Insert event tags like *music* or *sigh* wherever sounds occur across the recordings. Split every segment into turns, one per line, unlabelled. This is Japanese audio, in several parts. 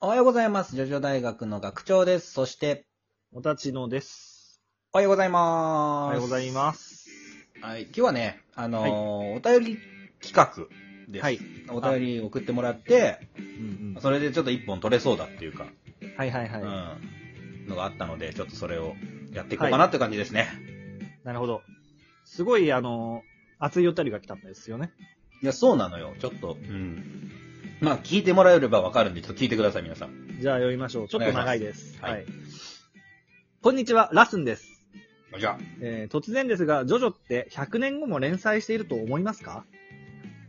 おはようございます。ジョジョ大学の学長です。そして、
おたちのです。
おはようござい
お
ます。
はようござい
す。
ます。
はい、今日はね、あのーお便り企画です。
はい。
お便り送ってもらって、
うん
それでちょっと一本取れそうだっていうか、
うん。はいはいはい。
うん、のがあったので、ちょっとそれをやっていこうかなって感じですね。い、
なるほど。すごい、あの、熱いお便りが来たんですよね。
や、そうなのよ。ちょっと、うん。まあ、聞いてもらえればわかるんで、ちょっと聞いてください、皆さん。
じゃあ読みましょう。ちょっと長いです。
お願いし
こんにちは、ラスンです。
じゃあ、
えー突然ですが、ジョジョって100年後も連載していると思いますか、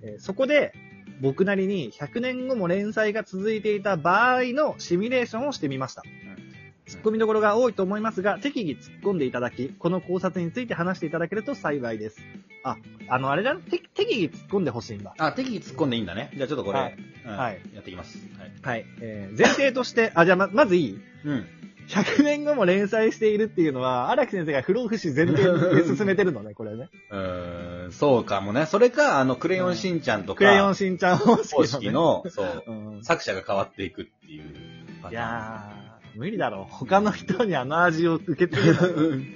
えーそこで、僕なりに100年後も連載が続いていた場合のシミュレーションをしてみました。ツッコミどころが多いと思いますが、適宜突っ込んでいただき、この考察について話していただけると幸いです。あ、あの、あれだな、て適宜突っ込んでほしいんだ。
あ、適宜突っ込んでいいんだね。じゃあちょっとこれ、
はい
うん
はい
やっていきます。はい。
はい。えー前提として、あ、じゃあま、まずいい
うん。
100年後も連載しているっていうのは、荒木先生が不老不死前提で進めてるのね、これ *laughs* ね。
うーん、そうかもね。それか、あの、クレヨンしんちゃんとか、
クレヨンしんちゃん方式の、
方
ね。
式の、そう、
うん。
作者が変わっていくっていうパタ
い
ーン。
やー、無理だろう。他の人にあの味を受け継いで。
うん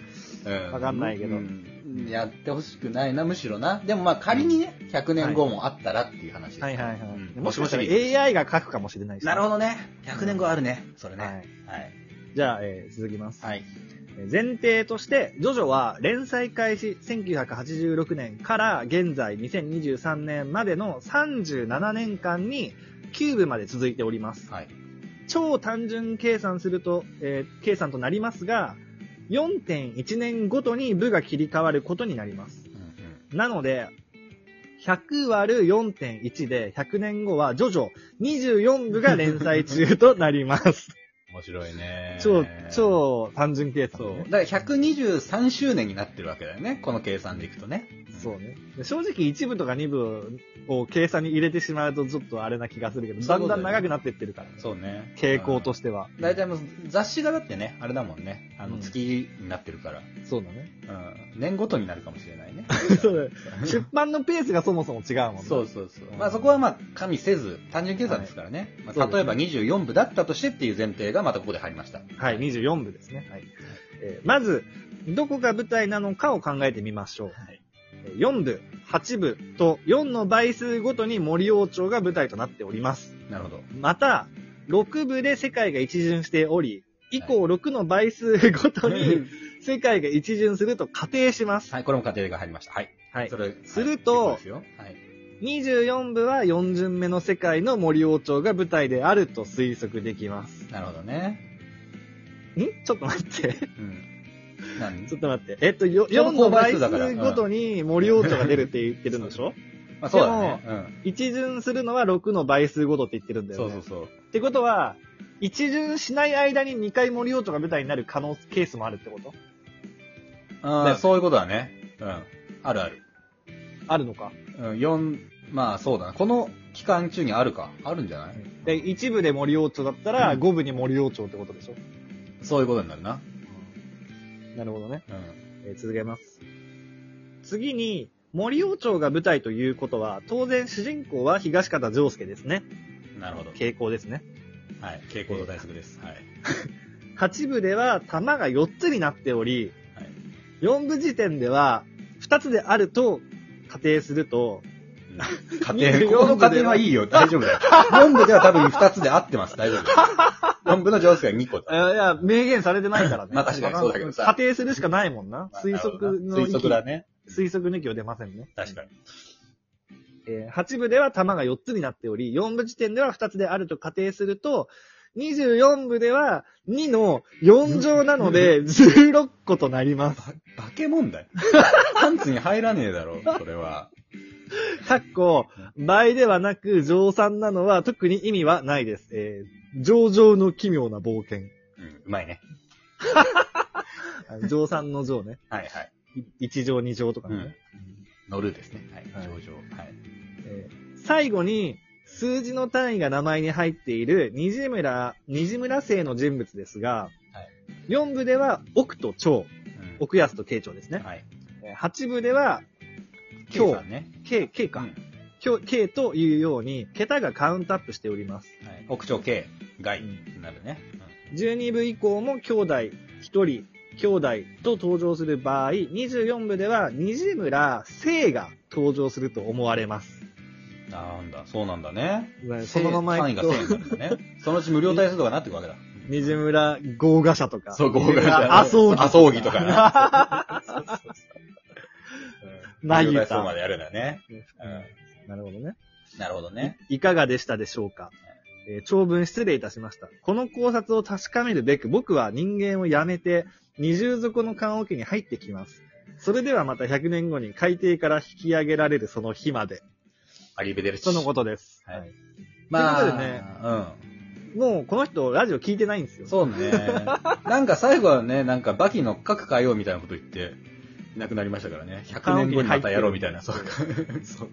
わかんないけど
うんやってほしくないな、むしろな。でもまあ仮にね、100年後もあったらっていう話です。
はいはいはい。
うん
もしかしたら
もしも
AI が書くかもしれないし、
なるほ
ど。
どね。100年後あるね。それ
は
ね。
い。
はい。
じゃあ、えー続きます。
はい。
えー前提として、ジョジョは連載開始1986年から現在2023年までの37年間に9部まで続いております。
はい。
超単純計算すると、えー計算となりますが、4.1年ごとに部が切り替わることになります。
うん
なので、100割る4.1で100年後はジョジョ24部が連載中となります。
面白いね。
超、。超単純計算、
そ
ね。
う。だから123周年になってるわけだよね。この計算でいくとね。
そうね。正直一部とか二部を計算に入れてしまうとちょっとあれな気がするけど、
そうい
だ
うこと
ん
だよ
だ
ね
ん長くなってってるからね。
そうね。
傾向と
して。
しては。
大体もう雑誌がだってね、あれだもんね。あ
う
の
ん
月になってるから。
そう
*laughs*
だね。。
うん。年ごとになるかもしれないね
*laughs* そう出版のペースがそもそも違うもんね。
そう
そ
そうそう
う。ん
まあそこはまあ加味せず、単純計算ですからね。ま
そ
あ、
うです
例え
ね
ば24部だったとしてっていう前提がまたここで入りました。
はい、24部ですね。はい。えーまず、どこが舞台なのかを考えてみましょう。
はい。
えー4部、8部と4の倍数ごとに森王朝が舞台となっております。
な
*laughs*
るほど。
また、6部で世界が一巡しており、以降6の倍数ごとに、世界が一巡すると仮定します。
はい、これも仮定が入りました。はい。
はい
そ。れ、
すると
はい、そうですよはい。
24部は4巡目の世界の森王朝が舞台であると推測できます。
なるほどね。
んちょっと待
*laughs*
って。
うん。何
ちょっと待って。えっと、よ
ちょうどこ
4の倍
う倍数だから
数ごとに森王朝が出るって言ってるん
*laughs*
でしょ
まあそうだね。うん。
一巡するのは6の倍数ごとって言ってるんだよ
そ
ね。
うそうそう。
ってことは、一巡しない間に2回森王朝が舞台になる可能、ケースもあるってこと
あ
だ
ー
よ
そういうことだね。うん。あるある。
あるのか。
うん、4、まあそうだな。この期間中にあるか。あるんじゃない
で、一部で森王朝だったら5部に森王朝ってことでしょ、
そういうことになるな。
なるほどね。
うん。
えー続けます。次に、森王朝が舞台ということは、当然主人公は東方丈介ですね。
なるほど。
傾向ですね。
はい。傾向の対策です。はい。
8部では玉が4つになっており、
はい
4部時点では2つであると仮定すると、
家
24
庭、 *laughs* ここの家庭はいいよ。大丈夫だ *laughs* よ。4部では多分2つで合ってます。大丈夫です。4部の上手が2個
い
だ。
やいや、明言されてないからね。
*laughs* まあ確かにそうだけどさ
仮定するしかないもんな。推測の
推測だね。
推測抜きは出ませんね。
確かに。
えー8部では玉が4つになっており、4部時点では2つであると仮定すると、24部では2の4乗なので、16個となり
*laughs*
ます。
ば、化け物だよ。パンツに入らねえだろ、それは。
かっこ、倍ではなく乗算なのは特に意味はないです。えー上々の奇妙な冒険。
うん、うまいね。
あの乗算の乗ね。
はいはい。
1乗2乗とか
う
ね。
ん。乗るですね。は。
はいい
上場。はい。
えー最後に、数字の単位が名前に入っている西村、西村姓の人物ですが、
は
4部では奥と
う
長、
ん
奥安と慶長ですね。
はい。
8部では、
計算ね。
慶、慶か。
うん
きょ K というように、桁がカウントアップしております。
はい、奥長系外
う
になるね。
12部以降も兄弟1人、兄弟と登場する場合、24部では西村聖が登場すると思われます。
うんなんだ、そうなんだね。
そのまま
単
い
位
く
が
と、
1000になるんだね。そのうち無料体数とかなっていくわけだ。
西村豪華者とか、
そう、豪華な
麻生儀
麻生儀と
*laughs*
かな。
な
無
ぎ
料
た
体数までやるんだよね。う
なるほどね。
ん。なるほどね。
いかがでしたでしょうか、えー長文失礼いたしました。この考察を確かめるべく、僕は人間をやめて、二重底の棺桶に入ってきます。それではまた100年後に海底から引き上げられるその日まで。
アリベデルチ。
とのことです。
はい
はい
まあ、
ということでね
うん。
もうこの人、ラジオ聞いてないんですよ。
そうね。なんか最後はね、なんかバキの各変えようみたいなこと言って、いなくなりましたからね。100年後にまたやろうみたいな。そうか。 *laughs* そう。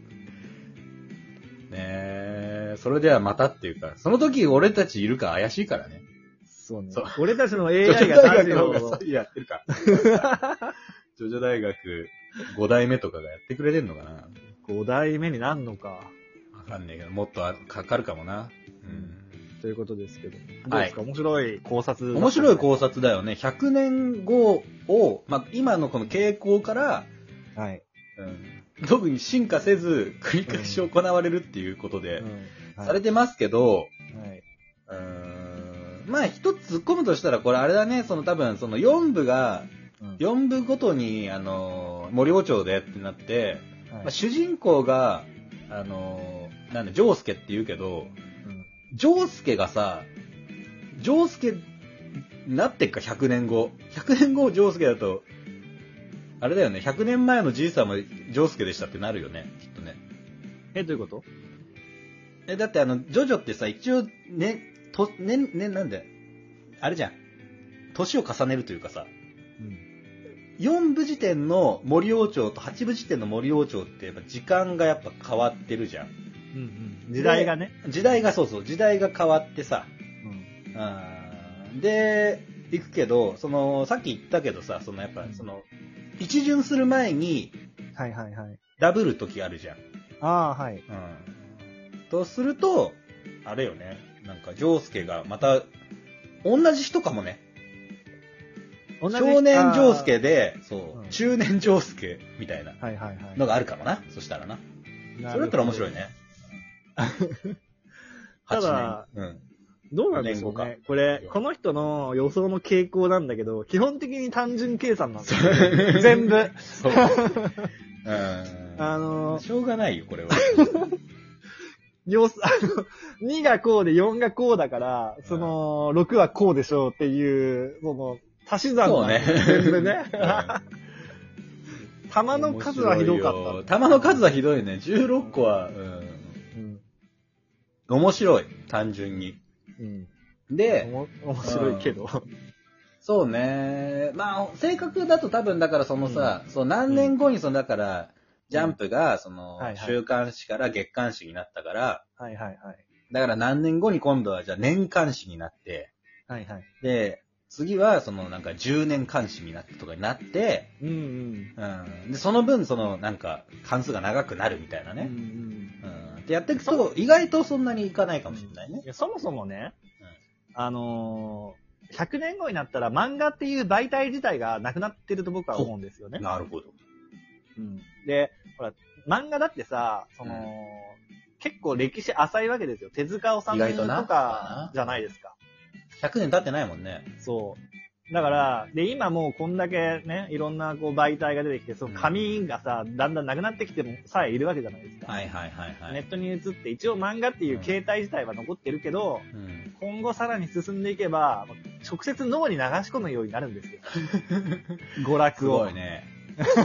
ねえ、それではまたっていうか、その時俺たちいるか怪しいからね。
そうね
そう
俺たちの AI
ジョジョ
が
大
ラ
学
ジ
の
オ
方が
を
やってるか。 *laughs* ジョジョ大学5代目とかがやってくれてんのかな
5代目になんのか、
わかんねえけど、もっとあかかるかもな。
ということですけど。どう
はい
ですか、面白い考察。
面白い考察だよね。100年後を、まあ、今のこの傾向から、
察。はい。
うん特に進化せず繰り返し行われるっていうことで、
うん
されてますけど、
はい。
うーんまあ一つ突っ込むとしたらこれあれだね、その多分その4部が、
うん
4部ごとに、あのー、森王朝でってなって、
は
ま
い
あ、主人公が、あのー、なんだ、ジョースケって言うけど、
うん
ジョースケがさ、ジョースケになってっか、100年後。100年後ジョースケだと、あれだよね、100年前のじいさんもジョースケでしたってなるよね、きっとね。
え、どういうこと
え、だってあの、ジョジョってさ、一応、ね、と、ね、ね、なんだよあれじゃん。年を重ねるというかさ、
うん。
4部時点の森王朝と8部時点の森王朝ってやっぱ時間がやっぱ変わってるじゃん。
うんうん。時代がね。
時代がそうそう、時代が変わってさ、
うん。
うんで、行くけど、その、さっき言ったけどさ、そのやっぱ、その、一巡する前に
はいはいはい。
ダブる時あるじゃん。
ああ、はい。
うん。とすると、あれよね、なんか、ジョースケがまた、同じ人かもね。
同じ
少年ジョースケ。で、そう、
うん
中年ジョースケみたいな
あーはいはいはい。
のがあるかもな。そしたらな。それだったら面白い。
*laughs*
ね。
ただ
8年、うん。
どうなんでしょう
五年
ね。これ、この人の予想の傾向なんだけど、基本的に単純計算なんですよ。全部。
そう。うん。
*laughs* あのー、
しょうがないよ、これ
*laughs*
は。
よす、あの、2がこうで4がこうだから、その、6はこうでしょうっていう、その、足し算
そ
の
うね。
全部ね。
うん
玉の数はひどか
面白いよ
っ
玉の数はひどいね。16個は、うん。
た。うん。
面白い。単純に。
うん。お
で、
も面白いけど。
そうね。まあ、正確だと多分だからそのさ、そう何年後にその、だから、ジャンプが、その、
はいはい
週刊誌から月刊誌になったから、
はいはいはい。
だから何年後に今度はじゃあ年刊誌になって、
はいはい。
で、次はそのなんか10年刊誌になってとかになって、
うんうん。
うん。で、その分そのなんか関数が長くなるみたいな
うんう
ね。
ん
うん。ってやっていくと、意外とそんなにいかないかもしれないね
い。やそもそもね、あのー、100年後になったら漫画っていう媒体自体がなくなってると僕は思うんですよね。
なるほど。
うんで、ほら、漫画だってさ、その、
う
結構歴史浅いわけですよ。手塚治
意
虫
外
と
とな
かじゃないですか。
100年経ってないもんね。
そう。だから、で、今もうこんだけね、いろんなこう媒体が出てきて、その紙がさ、だんだんなくなってきてもさえいるわけじゃないですか。
はいはいはいはい。
ネットに移って、一応漫画っていう形態自体は残ってるけど、
うん。
今後さらに進んでいけば、直接脳に流し込むようになる
*laughs*
んですよ。娯
す
楽を。
ごいね。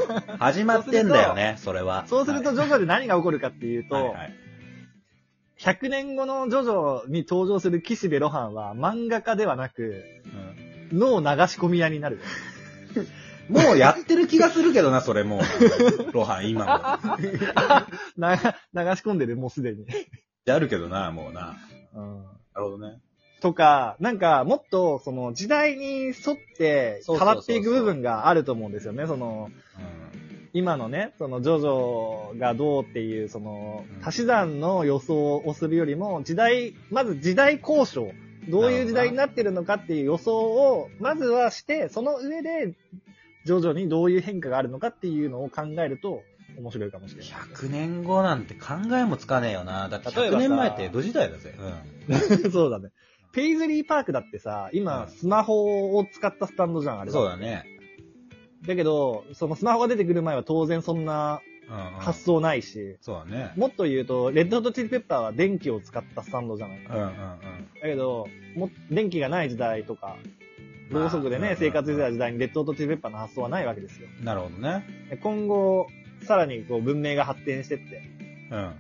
*laughs* 始まってんだよね、それは。
そうすると、ジョジョで何が起こるかっていうと、
はいはいはい
100年後のジョジョに登場する岸辺露伴は漫画家ではなく、
うん
脳流し込み屋になる。
もうやってる気がするけどな、それも *laughs* う。ロハン、今も。
な流し込んでる、もうすでに。
やるけどな、もうな。
うん
なるほどね。
とか、なんか、もっと、その、時代に沿って
そうそうそうそう
変わっていく部分があると思うんですよね。その、
うん
今のね、そのジョジョがどうっていう、その
うん、
足し算の予想をするよりも、時代、まず時代交渉、どういう時代になってるのかっていう予想を、まずはして、その上で、ジョジョにどういう変化があるのかっていうのを考えると、面白いかもしれない。
100年後なんて考えもつかねえよな。だって
例えば
100
さ
年前って江戸時代だぜ。うん。 *laughs*
そうだね。ペイズリーパークだってさ、
う
今
ん、
スマホを使ったスタンドじゃん、あれは
そうだね。
だけど、そのスマホが出てくる前は当然そんな
うん、うん。
発想ないし、
そうだね。
もっと言うと、レッドホットチリペッパーは電気を使ったスタンドじゃない。
うんうんう
だ
ん。
けど、も電気がない時代とか、ろうそくで
まあ
ね、生活してた時代にレッドホットチリペッパーの発想はないわけですよ。
なるほどね。
で今後、さらにこう文明が発展してって、
うん。ま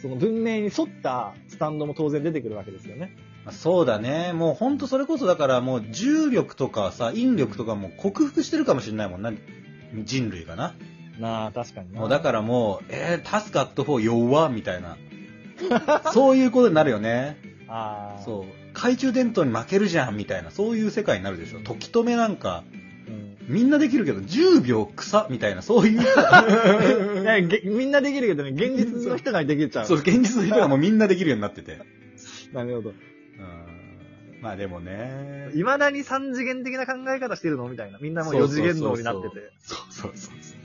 その文明に沿ったスタンドも当然出てくるわけですよね。
あそうだね。もうほんとそれこそだからもう重力とかさ、引力とかも克服してるかもしれないもんな。人類がな。
なあ、確かにな。
もうだからもう、えー、タスクアット4弱みたいな。そういうことになるよね。
ああ。
そう。懐中電灯に負けるじゃんみたいな、そういう世界になるでしょ。時止めなんか、
うん。
みんなできるけど、10秒草みたいな、そういう。
*laughs* いやげみんなできるけどね、現実の人ができちゃう。
そう、現実の人がもうみんなできるようになってて。
なるほど。
うん。まあでもね。
未だに3次元的な考え方してるのみたいな。みんなもう
そうそ
4
うそう
次
そう
元脳になってて。
そうそうそうそう。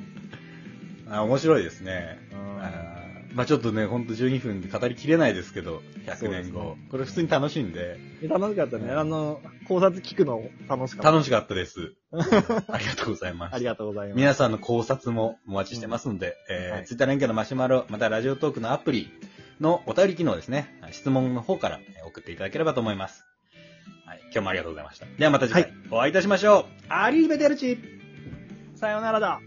あ、面白いですね。
うん
あーまあちょっとね、ほんと12分で語りきれないですけど、100
そうです
年後。
ね
これ普通に楽しんで、
楽しかったね。
うん
あの、考察聞くの楽しかった。
楽しかったです。ありがとうございます。
ありがとうございます。
皆さんの考察もお待ちしてますので、えー
はい
Twitter 連携のマシュマロ、またラジオトークのアプリのお便り機能ですね、質問の方からえー送っていただければと思います。はい、今日もありがとうございました。ではまた次回、
は
お会いいたしましょう。アリーベデルチ
さようならだ。